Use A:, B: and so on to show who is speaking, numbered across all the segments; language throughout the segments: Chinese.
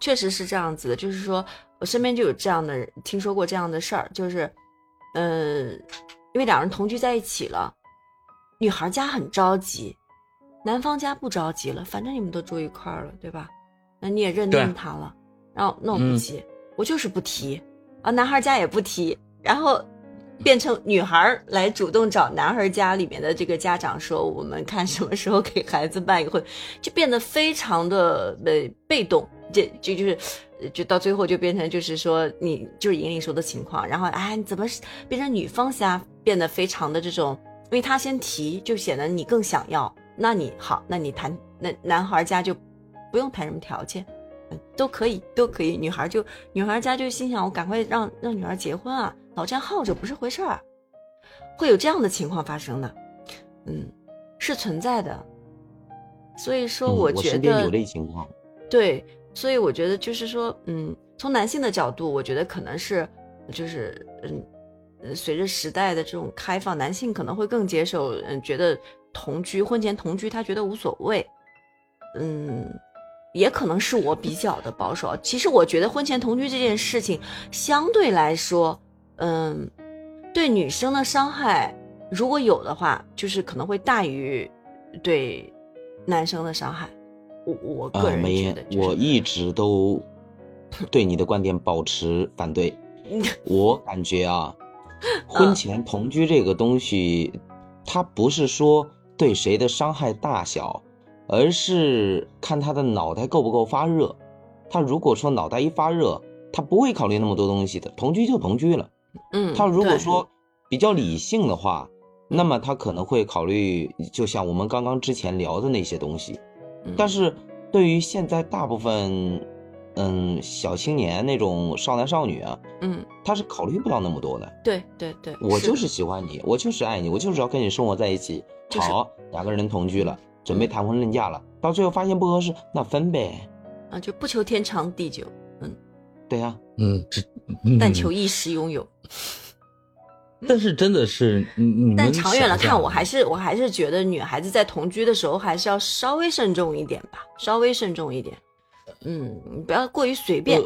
A: 确实是这样子的，就是说我身边就有这样的人，听说过这样的事儿，就是，嗯、因为两人同居在一起了，女孩家很着急，男方家不着急了，反正你们都住一块儿了，对吧？那你也认定
B: 对
A: 他了，然后那我不
B: 嗯
A: 急，我就是不提啊，男孩家也不提，然后变成女孩儿来主动找男孩儿家里面的这个家长说，我们看什么时候给孩子办一个婚，就变得非常的呃被动，这这就是。呃就到最后就变成就是说你就是莹莹说的情况，然后哎你怎么是变成女方家变得非常的这种，因为他先提就显得你更想要，那你好，那你谈那男孩家就不用谈什么条件，嗯都可以，都可以。女孩就女孩家就心想，我赶快让让女儿结婚啊，老这样耗着不是回事儿，会有这样的情况发生的，嗯，是存在的。所以说，
C: 嗯
A: 我
C: 我
A: 觉
C: 身边
A: 得、
C: 有类情况，
A: 对，所以我觉得就是说，嗯，从男性的角度，我觉得可能是就是嗯，呃随着时代的这种开放，男性可能会更接受，嗯，觉得同居婚前同居，他觉得无所谓，嗯。也可能是我比较的保守啊。其实我觉得婚前同居这件事情，相对来说，嗯，对女生的伤害如果有的话，就是可能会大于对男生的伤害。我我个
C: 呃，
A: 人
C: 梅
A: 觉
C: 爷
A: 得，，就是
C: 我一 直都对你的观点保持反对。我感觉 啊，
A: 嗯
C: 婚前同居这个东西，它不是说对谁的伤害大小，而是看他的脑袋够不够发热。他如果说脑袋一发热，他不会考虑那么多东西的，同居就同居了。
A: 嗯，
C: 他如果
A: 对
C: 说比较理性的话，那么他可能会考虑，就像我们刚刚之前聊的那些东西。
A: 嗯
C: 但是对于现在大部分，嗯，小青年那种少男少女啊，
A: 嗯，
C: 他是考虑不到那么多的。
A: 对对对，
C: 我就是是喜欢你，我就是爱你，我就是要跟你生活在一起。
A: 就是
C: 好，两个人同居了，准备
B: 嗯
C: 谈婚论嫁了，到最后发现不合适，那分呗。
A: 的啊，就不求天长地久，
C: 对啊呀、
B: 嗯，这
A: 但
B: 嗯
A: 求一时拥有。
B: 但是真的是你你
A: 但
B: 们
A: 长远来
B: 想一下
A: 看，我还是我还是觉得女孩子在同居的时候还是要稍微慎重一点吧，稍微慎重一点。嗯，你不要过于随便。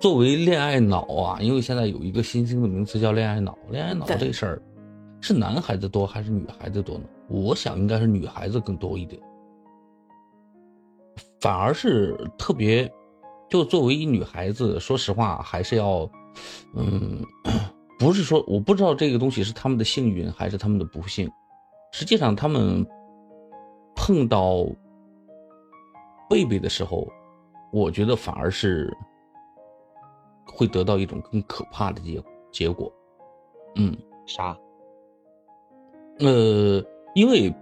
B: 作为恋爱脑啊，因为现在有一个新兴的名词叫恋爱脑，恋爱脑
A: 对
B: 这事儿是男孩子多还是女孩子多呢？我想应该是女孩子更多一点，反而是特别，就作为一女孩子，说实话还是要，嗯，不是说我不知道这个东西是他们的幸运还是他们的不幸，实际上他们碰到贝贝的时候，我觉得反而是会得到一种更可怕的结结果。嗯，
C: 啥？
B: 呃，因为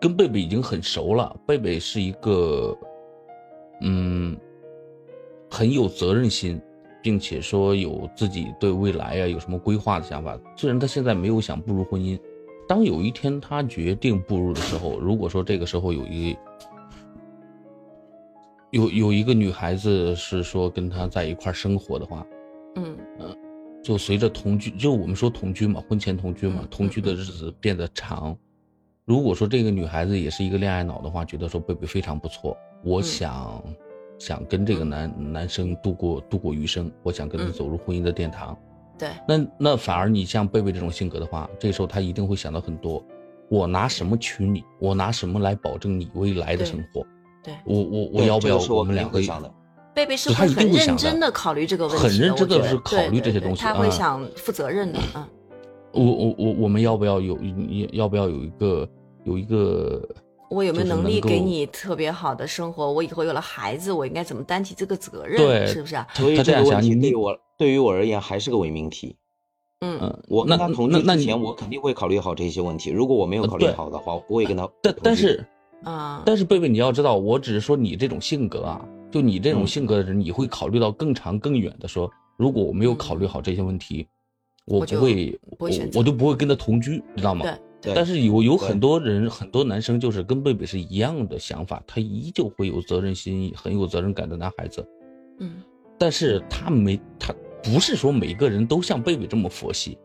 B: 跟贝贝已经很熟了，贝贝是一个嗯很有责任心，并且说有自己对未来呀、有什么规划的想法。虽然他现在没有想步入婚姻，当有一天他决定步入的时候，如果说这个时候有一有有一个女孩子是说跟他在一块儿生活的话，
A: 嗯
B: 就随着同居，就我们说同居嘛，婚前同居嘛
A: 嗯，
B: 同居的日子变得长。如果说这个女孩子也是一个恋爱脑的话，觉得说贝贝非常不错，我
A: 嗯
B: 想、想跟这个男男生度过度过余生，我想跟他
A: 嗯
B: 走入婚姻的殿堂。
A: 对，
B: 那那反而你像贝贝这种性格的话，这时候她一定会想到很多，我拿什么娶你？我拿什么来保证你未来的
A: 对
B: 生活？
A: 对
B: 我我我
C: 对
B: 要不
C: 这
B: 要
C: 个是我
B: 们
C: 肯定
B: 两个
C: 会想的？
A: 贝贝是
B: 对他
A: 会
B: 一定
A: 很
B: 会想
A: 认
B: 的
A: 真的考虑这个问题
B: 很认真地
A: 我觉得
B: 是考虑
A: 对
B: 这些
A: 对
B: 东西
A: 他会
B: 嗯
A: 想负责任的。嗯
B: 我我我我们要不要有一要不要有一个有一个
A: 我有没有
B: 就是
A: 能力
B: 能
A: 给
B: 够
A: 你特别好的生活？我以后有了孩子，我应该怎么担起这个责任？
B: 对
A: 是不是啊？
C: 所以
B: 他
C: 这
B: 这样
C: 个问
B: 想，
C: 题对
B: 你
C: 于我对于我而言还是个伪命题。
A: 嗯，
B: 嗯，
C: 我
B: 那
C: 跟他同
B: 那
C: 居
B: 那
C: 之
B: 你
C: 前，我肯定会考虑好这些问题。如果我没有
B: 呃
C: 考虑
B: 对
C: 好的话，我不会跟他
B: 但
C: 同
B: 但
C: 居
B: 是
A: 啊，
B: 但是贝贝，你要知道，我只是说你这种性格啊，就你这种
C: 嗯
B: 性格的人，你会考虑到更长更远的说，如果我没有考虑好这些问题，我
A: 嗯我
B: 不
A: 就
B: 会
A: 不会
B: 我
A: 选择
B: 我就不会跟他同居，知道吗？
A: 对，
C: 对
B: 但是有有
C: 对
B: 很多人，很多男生就是跟贝贝是一样的想法，他依旧会有责任心、很有责任感的男孩子，
A: 嗯
B: 但是他没他不是说每个人都像贝贝这么佛系，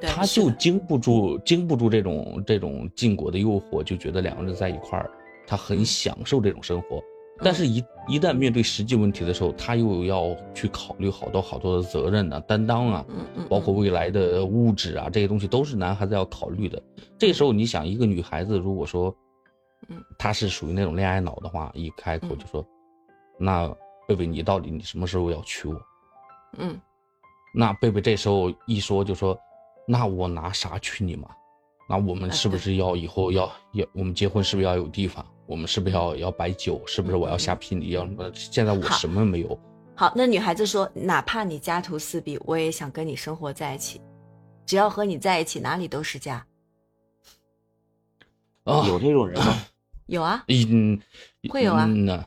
A: 对，
B: 他
A: 是
B: 就
A: 的
B: 经不住经不住这
A: 嗯
B: 种这种禁果的诱惑，就觉得两个人在一块儿，他很享受这种生活。但是一，一旦面对实际问题的时候，他又要去考虑好多好多的责任啊、担当啊，
A: 嗯嗯，
B: 包括未来的物质啊，这些东西都是男孩子要考虑的。这时候，你想，一个女孩子如果说，
A: 嗯，
B: 她是属于那种恋爱脑的话，一开口
A: 嗯
B: 就说：“那贝贝，你到底你什么时候要娶我
A: 嗯？”
B: 那贝贝这时候一说就说：“那我拿啥娶你嘛？那我们
A: 啊
B: 是不是要以后要要我们结婚是不是要有地方？我们是不是要要摆酒？是不是我要下聘礼？要什么？现在我
A: 嗯好
B: 什么没有。”
A: 好，那女孩子说，哪怕你家徒四壁，我也想跟你生活在一起，只要和你在一起，哪里都是家。
B: 啊，
C: 有这种人吗？
A: 有啊，
B: 嗯，
A: 会有啊
B: 嗯呐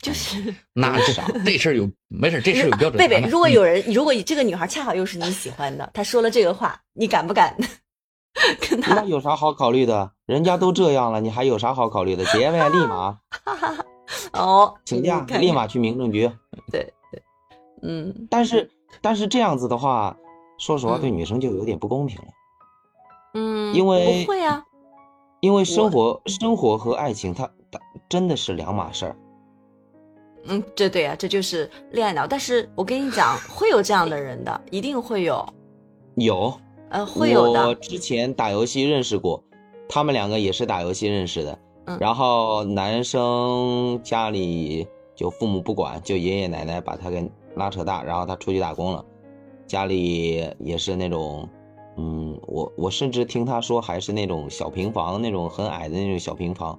A: 就是
B: 那是啥？这事儿有没事哎儿？这事儿有标准答
A: 贝
B: 案。嗯啊
A: 贝，如果有人，如果这个女孩恰好又是你喜欢的，她说了这个话，你敢不敢跟她
C: 那有啥好考虑的？人家都这样了，你还有啥好考虑的？结呗，立 马
A: 哦？
C: 请假
A: 你，看
C: 立马去民政局。
A: 嗯，
C: 但 是，但是这样子的话，说实话，
A: 嗯
C: 对女生就有点不公平了，
A: 嗯，
C: 因为
A: 不会啊，
C: 因为生活、生活和爱情它，它真的是两码事儿。
A: 嗯，这对啊，这就是恋爱脑。但是我跟你讲，会有这样的人的，一定会有，
C: 有，
A: 呃，会有
C: 我
A: 的。
C: 之前打游戏认识过，他们两个也是打游戏认识的。
A: 嗯
C: 然后男生家里就父母不管，就爷爷奶奶把他给拉扯大，然后他出去打工了。家里也是那种，嗯，我我甚至听他说还是那种小平房，那种很矮的那种小平房。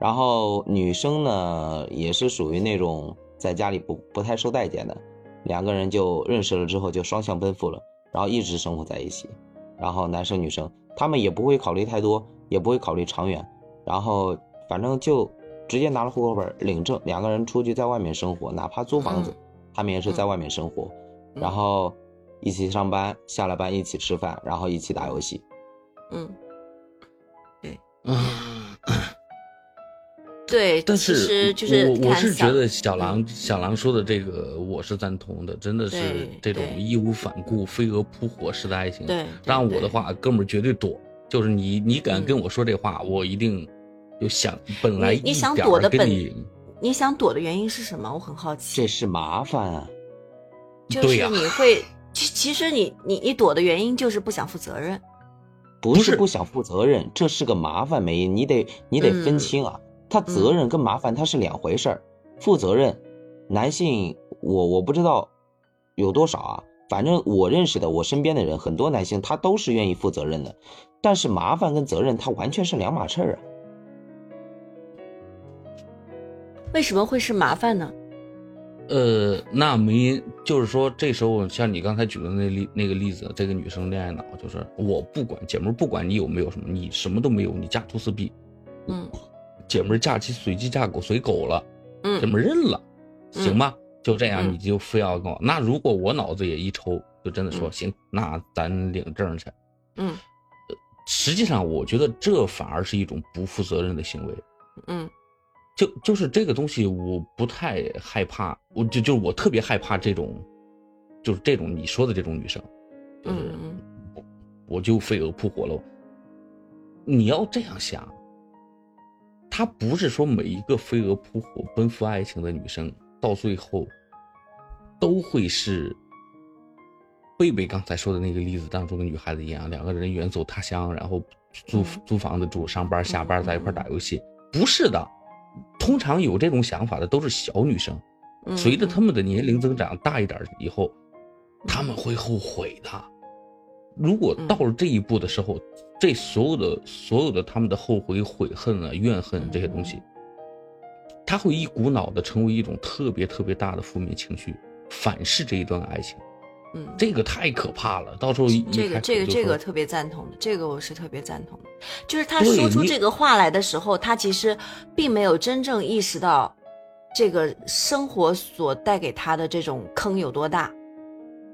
C: 然后女生呢，也是属于那种在家里不不太受待见的，两个人就认识了之后就双向奔赴了，然后一直生活在一起。然后男生女生他们也不会考虑太多，也不会考虑长远，然后反正就直接拿了户口本儿领证，两个人出去在外面生活，哪怕租房子，他们也是在外面生活，
A: 嗯
C: 然后一起上班，下了班一起吃饭，然后一起打游戏。
A: 嗯，
B: 嗯，
A: 对，
B: 但
A: 其实
B: 是
A: 就是
B: 我我
A: 看
B: 是
A: 小嗯
B: 觉得小狼小狼说的这个我是赞同的，真的是
A: 对
B: 这种
A: 对
B: 义无反顾、飞蛾扑火式的爱情。
A: 对，
B: 但我
A: 对
B: 的，话，哥们儿绝对躲，就是你你敢
A: 嗯
B: 跟我说这话，我一定就想本来
A: 你你
B: 一
A: 想
B: 点
A: 躲
B: 儿
A: 的
B: 跟
A: 本
B: 你
A: 你想躲的原因是什么？我很好奇
C: 这。是麻烦啊！
A: 就是
B: 对呀
A: 你会，其其实你你你躲的原因就是不想负责任。
C: 不
B: 不
C: 是
B: 是
C: 不想负责任，这是个麻烦没？你得你得
A: 嗯
C: 分清啊，他责任跟麻烦它是两回事儿。负责任，男性我我不知道有多少啊，反正我认识的我身边的人很多男性他都是愿意负责任的，但是麻烦跟责任它完全是两码事儿啊。
A: 为什么会是麻烦呢？
B: 呃，那没，就是说这时候像你刚才举的那例那个例子，这个女生恋爱脑，就是我不管姐妹儿不管你有没有什么，你什么都没有，你家徒四壁，
A: 嗯
B: 姐妹儿嫁鸡随鸡嫁狗随狗了，姐
A: 嗯
B: 妹儿认了，
A: 嗯
B: 行吧？就这样，
A: 嗯
B: 你就非要跟我。那如果我脑子也一抽，就真的说
A: 嗯
B: 行，那咱领证去。
A: 嗯
B: 实际上，我觉得这反而是一种不负责任的行为。
A: 嗯
B: 就就是这个东西，我不太害怕，我就就是我特别害怕这种，就是这种你说的这种女生，就
A: 嗯
B: 是
A: 嗯
B: 我就飞蛾扑火了。你要这样想，她不是说每一个飞蛾扑火、奔赴爱情的女生，到最后都会是贝贝刚才说的那个例子当中的女孩子一样，两个人远走他乡，然后租、
A: 嗯
B: 租房子住，上班下
A: 嗯
B: 班
A: 嗯
B: 在一块儿打游戏。不是的，通常有这种想法的都是小女生，
A: 嗯，
B: 随着她
A: 嗯
B: 们的年龄增长大一点儿以后，她们会后悔的。如果到了这一步的时候，
A: 嗯
B: 这所有的所有的他们的后悔、悔恨啊、怨恨
A: 嗯
B: 这些东西，他会一股脑的成为一种特别特别大的负面情绪，反噬这一段爱情。
A: 嗯
B: 这个太可怕了，到时候一
A: 这
B: 开
A: 个
B: 口
A: 这个
B: 就
A: 这
B: 说
A: 个特别赞同的，这个我是特别赞同的。就是他
B: 对
A: 说出
B: 你
A: 这个话来的时候，他其实并没有真正意识到这个生活所带给他的这种坑有多大。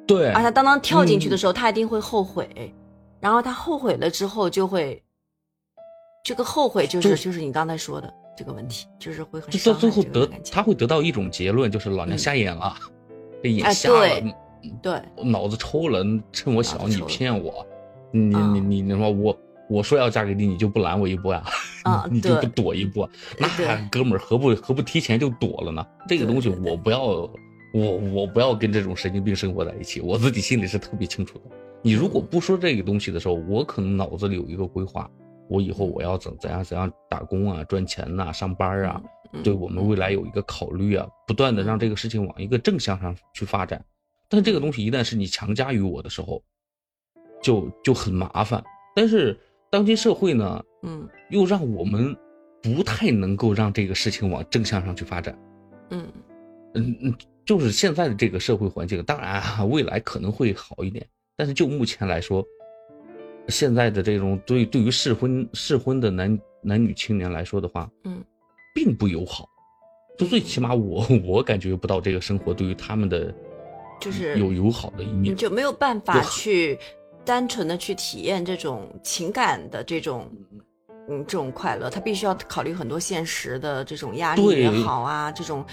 B: 对嗯
A: 而他当当跳进去的时候，他一定会后悔，然后他后悔了之后就会，这个后悔就是
B: 就
A: 就是你刚才说的这个问题，就是会很
B: 就
A: 伤害
B: 到最后
A: 这个
B: 得
A: 感情
B: 他会得到一种结论，就是老娘
A: 嗯
B: 瞎眼了，这眼
A: 哎
B: 瞎了，
A: 对对
B: 我脑子抽了，趁我小
A: 脑子
B: 你
A: 抽了
B: 骗我，你
A: 啊
B: 你你你什么我我说要嫁给你，你就不拦我一波呀、
A: 啊
B: 你你就
A: 对
B: 不躲一波，那
A: 对
B: 哥们儿何不何不提前就躲了呢？这个
A: 对
B: 东西
A: 对对
B: 我不要，我我不要跟这种神经病生活在一起，我自己心里是特别清楚的。你如果不说这个东西的时候，我可能脑子里有一个规划，我以后我要怎怎样怎样打工啊，赚钱呐、上班啊，
A: 嗯
B: 对我们未来有一个考虑啊，不断的让这个事情往一个正向上去发展。但这个东西一旦是你强加于我的时候，就就很麻烦。但是当今社会呢，
A: 嗯
B: 又让我们不太能够让这个事情往正向上去发展。
A: 嗯
B: 嗯嗯，就是现在的这个社会环境，当然啊，未来可能会好一点，但是就目前来说，现在的这种对对于适婚适婚的男男女青年来说的话，
A: 嗯，
B: 并不友好。就最起码我我感觉不到这个生活对于他们的
A: 就是
B: 有友好的一
A: 你
B: 面。
A: 就没有办法
B: 就
A: 去单纯的去体验这种情感的这种。嗯，这种快乐，他必须要考虑很多现实的这种压力
B: 对
A: 也好啊，这种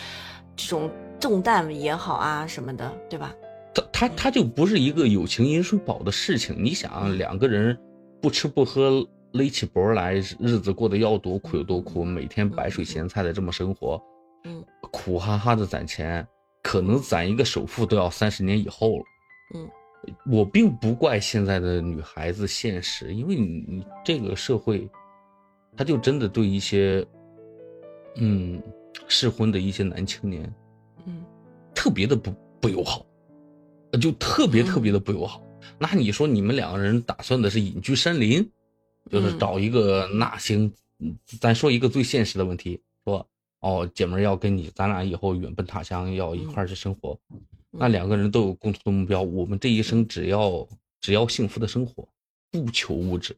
A: 这种重担也好啊什么的，对吧？
B: 他他他就不是一个友情饮水饱的事情。你想，两个人不吃不喝勒起脖儿来，日子过得要多苦有多苦，每天白水咸菜的这么生活，
A: 嗯
B: 苦哈哈的攒钱，可能攒一个首付都要三十年以后了。
A: 嗯，
B: 我并不怪现在的女孩子现实，因为你你这个社会，他就真的对一些，嗯，适婚的一些男青年，
A: 嗯
B: 特别的不不友好，呃就特别
A: 嗯
B: 特别的不友好。那你说你们两个人打算的是隐居山林，就是
A: 嗯
B: 找一个那行，嗯咱说一个最现实的问题，说哦，姐们儿要跟你，咱俩以后远奔他乡，要一块儿去生活。那两个人都有共同的目标，我们这一生只要只要幸福的生活，不求物质。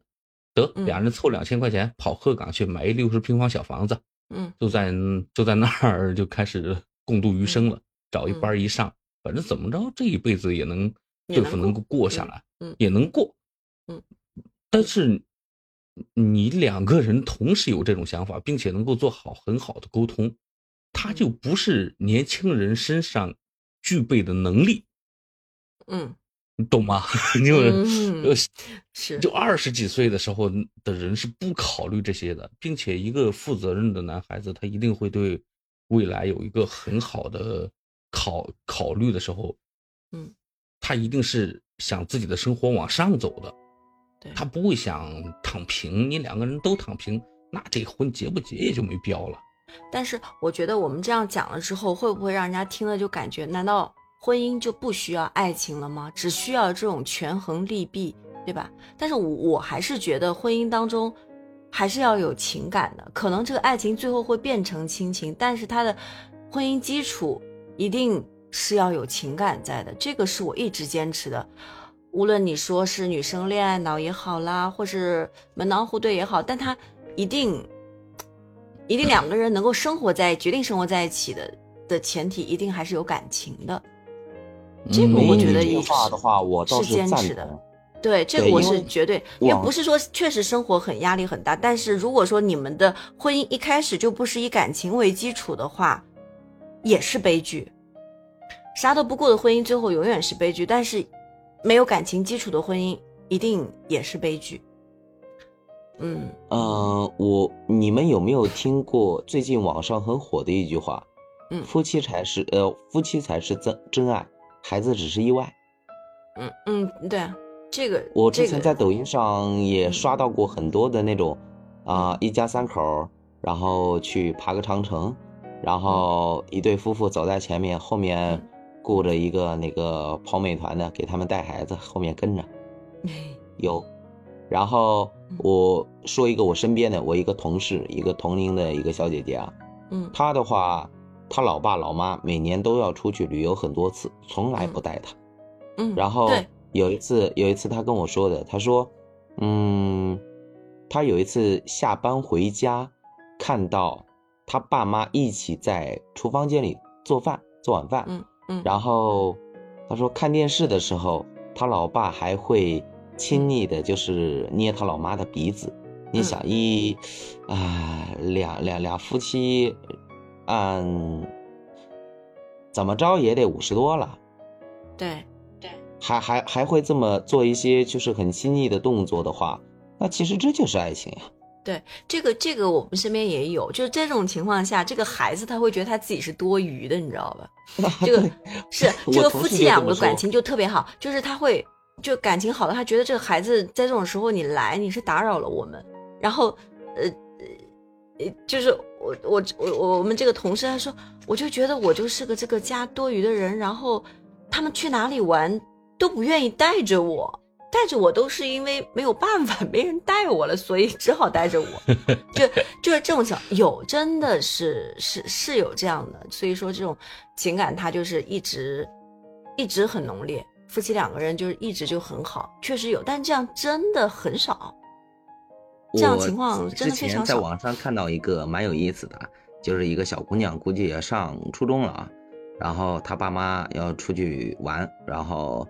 B: 得，
A: 嗯
B: 俩人凑两千块钱，跑鹤岗去买一六十平方小房子，
A: 嗯
B: 就在就在那儿就开始共度余生了，找一班儿一上，反正怎么着这一辈子也能
A: 嗯也
B: 对
A: 能
B: 付能够过下来，
A: 嗯嗯
B: 也能过，
A: 嗯，
B: 但是你两个人同时有这种想法，并且能够做好很好的沟通，他就
A: 嗯
B: 不是年轻人身上具备的能力，
A: 嗯
B: 你懂吗？ 你有
A: 嗯
B: 呃，
A: 是
B: 就二十几岁的时候的人是不考虑这些的，并且一个负责任的男孩子，他一定会对未来有一个很好的考考虑的时候，
A: 嗯，
B: 他一定是想自己的生活往上走的，
A: 对
B: 他不会想躺平。你两个人都躺平，那这婚结不结也就没必要了。
A: 但是我觉得我们这样讲了之后，会不会让人家听了就感觉，难道婚姻就不需要爱情了吗？只需要这种权衡利弊，对吧？但是我我还是觉得婚姻当中还是要有情感的，可能这个爱情最后会变成亲情，但是它的婚姻基础一定是要有情感在的，这个是我一直坚持的。无论你说是女生恋爱脑也好啦，或是门当户对也好，但它一定一定两个人能够生活在决定生活在一起的的前提，一定还是有感情的。这个
B: 嗯
C: 你
A: 嗯我觉得也
C: 你这个
A: 是
C: 话的话，我倒
A: 是坚
C: 赞
A: 持的
C: 同。
A: 对，这个
C: 对
A: 我
C: 因为
A: 是绝对，因为
C: 往
A: 不是说确实生活很压力很大，但是如果说你们的婚姻一开始就不是以感情为基础的话，也是悲剧。啥都不顾的婚姻，最后永远是悲剧。但是没有感情基础的婚姻，一定也是悲剧。嗯
C: 呃，我你们有没有听过最近网上很火的一句话？
A: 嗯
C: 夫妻才是呃，夫妻才是真真爱，孩子只是意外。
A: 嗯嗯，对，这个
C: 我
A: 这
C: 之
A: 个
C: 前在抖音上也
A: 嗯
C: 刷到过很多的那种，啊、一家三口儿，然后去爬个长城，然后一对夫妇走在前面，后面
A: 嗯
C: 雇着一个那个跑美团的给他们带孩子，后面跟着有。然后
A: 嗯
C: 我说一个我身边的，我一个同事，一个同龄的一个小姐姐啊，
A: 嗯
C: 她的话，她老爸老妈每年都要出去旅游很多次，从来不带她。
A: 嗯，
C: 然后
A: 对，
C: 有一次，有一次他跟我说的，他说，嗯，他有一次下班回家，看到他爸妈一起在厨房间里做饭，做晚饭。
A: 嗯嗯，
C: 然后他说看电视的时候，他老爸还会亲昵的，就是捏他老妈的鼻子。你
A: 嗯
C: 想一啊、俩俩俩夫妻，嗯，怎么着也得五十多了。
A: 对，
C: 还还还会这么做一些就是很亲昵的动作的话，那其实这就是爱情呀。
A: 对，这个这个我们身边也有，就是这种情况下，这个孩子他会觉得他自己是多余的，你知道吧？这 个是这个
C: 我
A: 夫
C: 同事
A: 妻
C: 就这
A: 两
C: 么
A: 个感
C: 说
A: 情就特别好，就是他会就感情好了，他觉得这个孩子在这种时候你来，你是打扰了我们。然后呃呃，就是我我我我我们这个同事他说，我就觉得我就是个这个家多余的人，然后他们去哪里玩都不愿意带着我。带着我都是因为没有办法，没人带我了，所以只好带着我。就就是这种情况，有真的是是是有这样的，所以说这种情感它就是一直一直很浓烈，夫妻两个人就是一直就很好，确实有，但这样真的很少。这样情况
C: 我
A: 真的非常
C: 之前在
A: 少
C: 网上看到一个蛮有意思的，啊就是一个小姑娘，估计也上初中了啊，然后她爸妈要出去玩，然后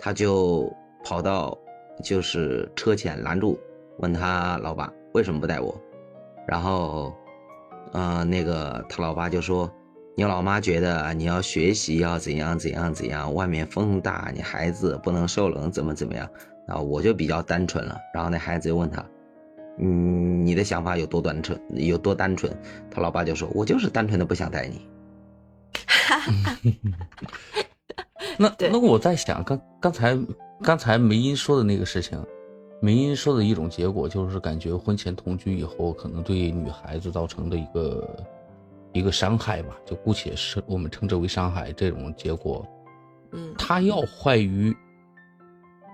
C: 她就跑到就是车前拦住，问她老爸为什么不带我，然后，呃，那个她老爸就说。你老妈觉得你要学习，要怎样怎样怎样，外面风大，你孩子不能受冷，怎么怎么样？啊，我就比较单纯了。然后那孩子就问他，嗯，你的想法有多单纯，有多单纯？他老爸就说：“我就是单纯的不想带你。
B: 那
A: 对
B: 那我在想，刚刚才刚才梅英说的那个事情，梅英说的一种结果就是感觉婚前同居以后，可能对女孩子造成的一个一个伤害吧，就姑且是我们称之为伤害这种结果，
A: 嗯，
B: 它要坏于，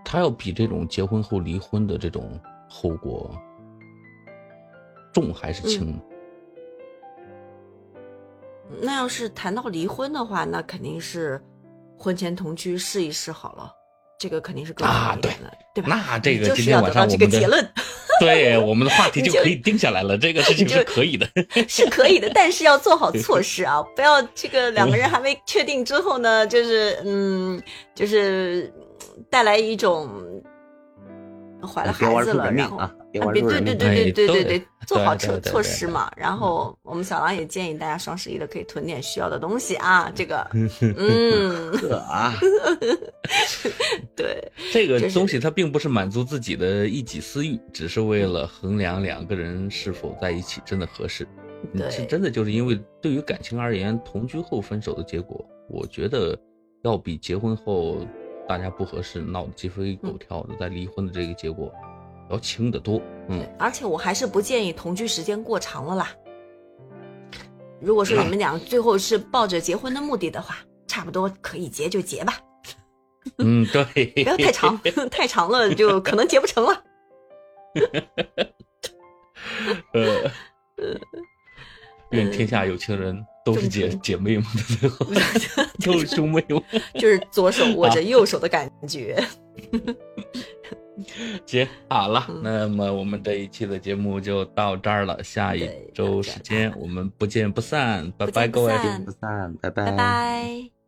B: 它要比这种结婚后离婚的这种后果重还是轻呢？
A: 嗯那要是谈到离婚的话，那肯定是婚前同居试一试好了，这个肯定是更好
B: 啊
A: 一点的，对吧？
B: 那这
A: 你
B: 个
A: 就
B: 今
A: 是
B: 天
A: 要
B: 晚
A: 得到
B: 上
A: 这
B: 我
A: 个
B: 们
A: 结
B: 的
A: 论，
B: 对我们的话题
A: 你
B: 就
A: 就
B: 可以定下来了，这个事情
A: 你就
B: 是可以的。
A: 是可以的，但是要做好措施啊，不要这个两个
C: 嗯
A: 人还没确定之后呢，就是嗯，就是嗯带来一种怀了
C: 嗯别
A: 孩
C: 玩
A: 子
C: 出
A: 了，
C: 人命
A: 然后。
C: 啊！别
A: 啊，
C: 玩
A: 对
C: 出
A: 对
C: 人
A: 对
C: 命！
B: 哎
A: 对对对
B: 都
A: 对
B: 得
A: 对，做好
B: 对
A: 措
B: 对对
A: 措
B: 对
A: 施
B: 对
A: 嘛。
C: 嗯
A: 然后我们小狼也建议大家双十一的可以囤点需要的东西啊，这 个，嗯，
C: 这啊，
A: 对，
B: 这个
A: 就是
B: 东西它并不是满足自己的一己私欲，只是为了衡量两个人是否在一起真的合适。嗯
A: 对
B: 是真的就是因为对于感情而言，同居后分手的结果，我觉得要比结婚后大家不合适、闹得鸡飞
A: 嗯
B: 狗跳的再离婚的这个结果要轻得多。嗯，
A: 而且我还是不建议同居时间过长了啦。如果说你们俩最后是抱着结婚的目的的话，差不多可以结就结吧，
B: 嗯，对，
A: 不要太 长，太长了就可能结不成了。
B: 呃， 愿天
A: 呃
B: 下有情人都是姐姐妹们的最 后都是兄妹们。
A: 就是左手握
B: 啊
A: 着右手的感觉。
B: 行，好了
A: 嗯，
B: 那么我们这一期的节目就到这儿了，下一
A: 对
B: 周
A: 到这儿
B: 时间我们不见不散，拜
A: 不
B: 拜
A: 见不
B: 各位。
A: 散
C: 不散，拜
A: 拜拜。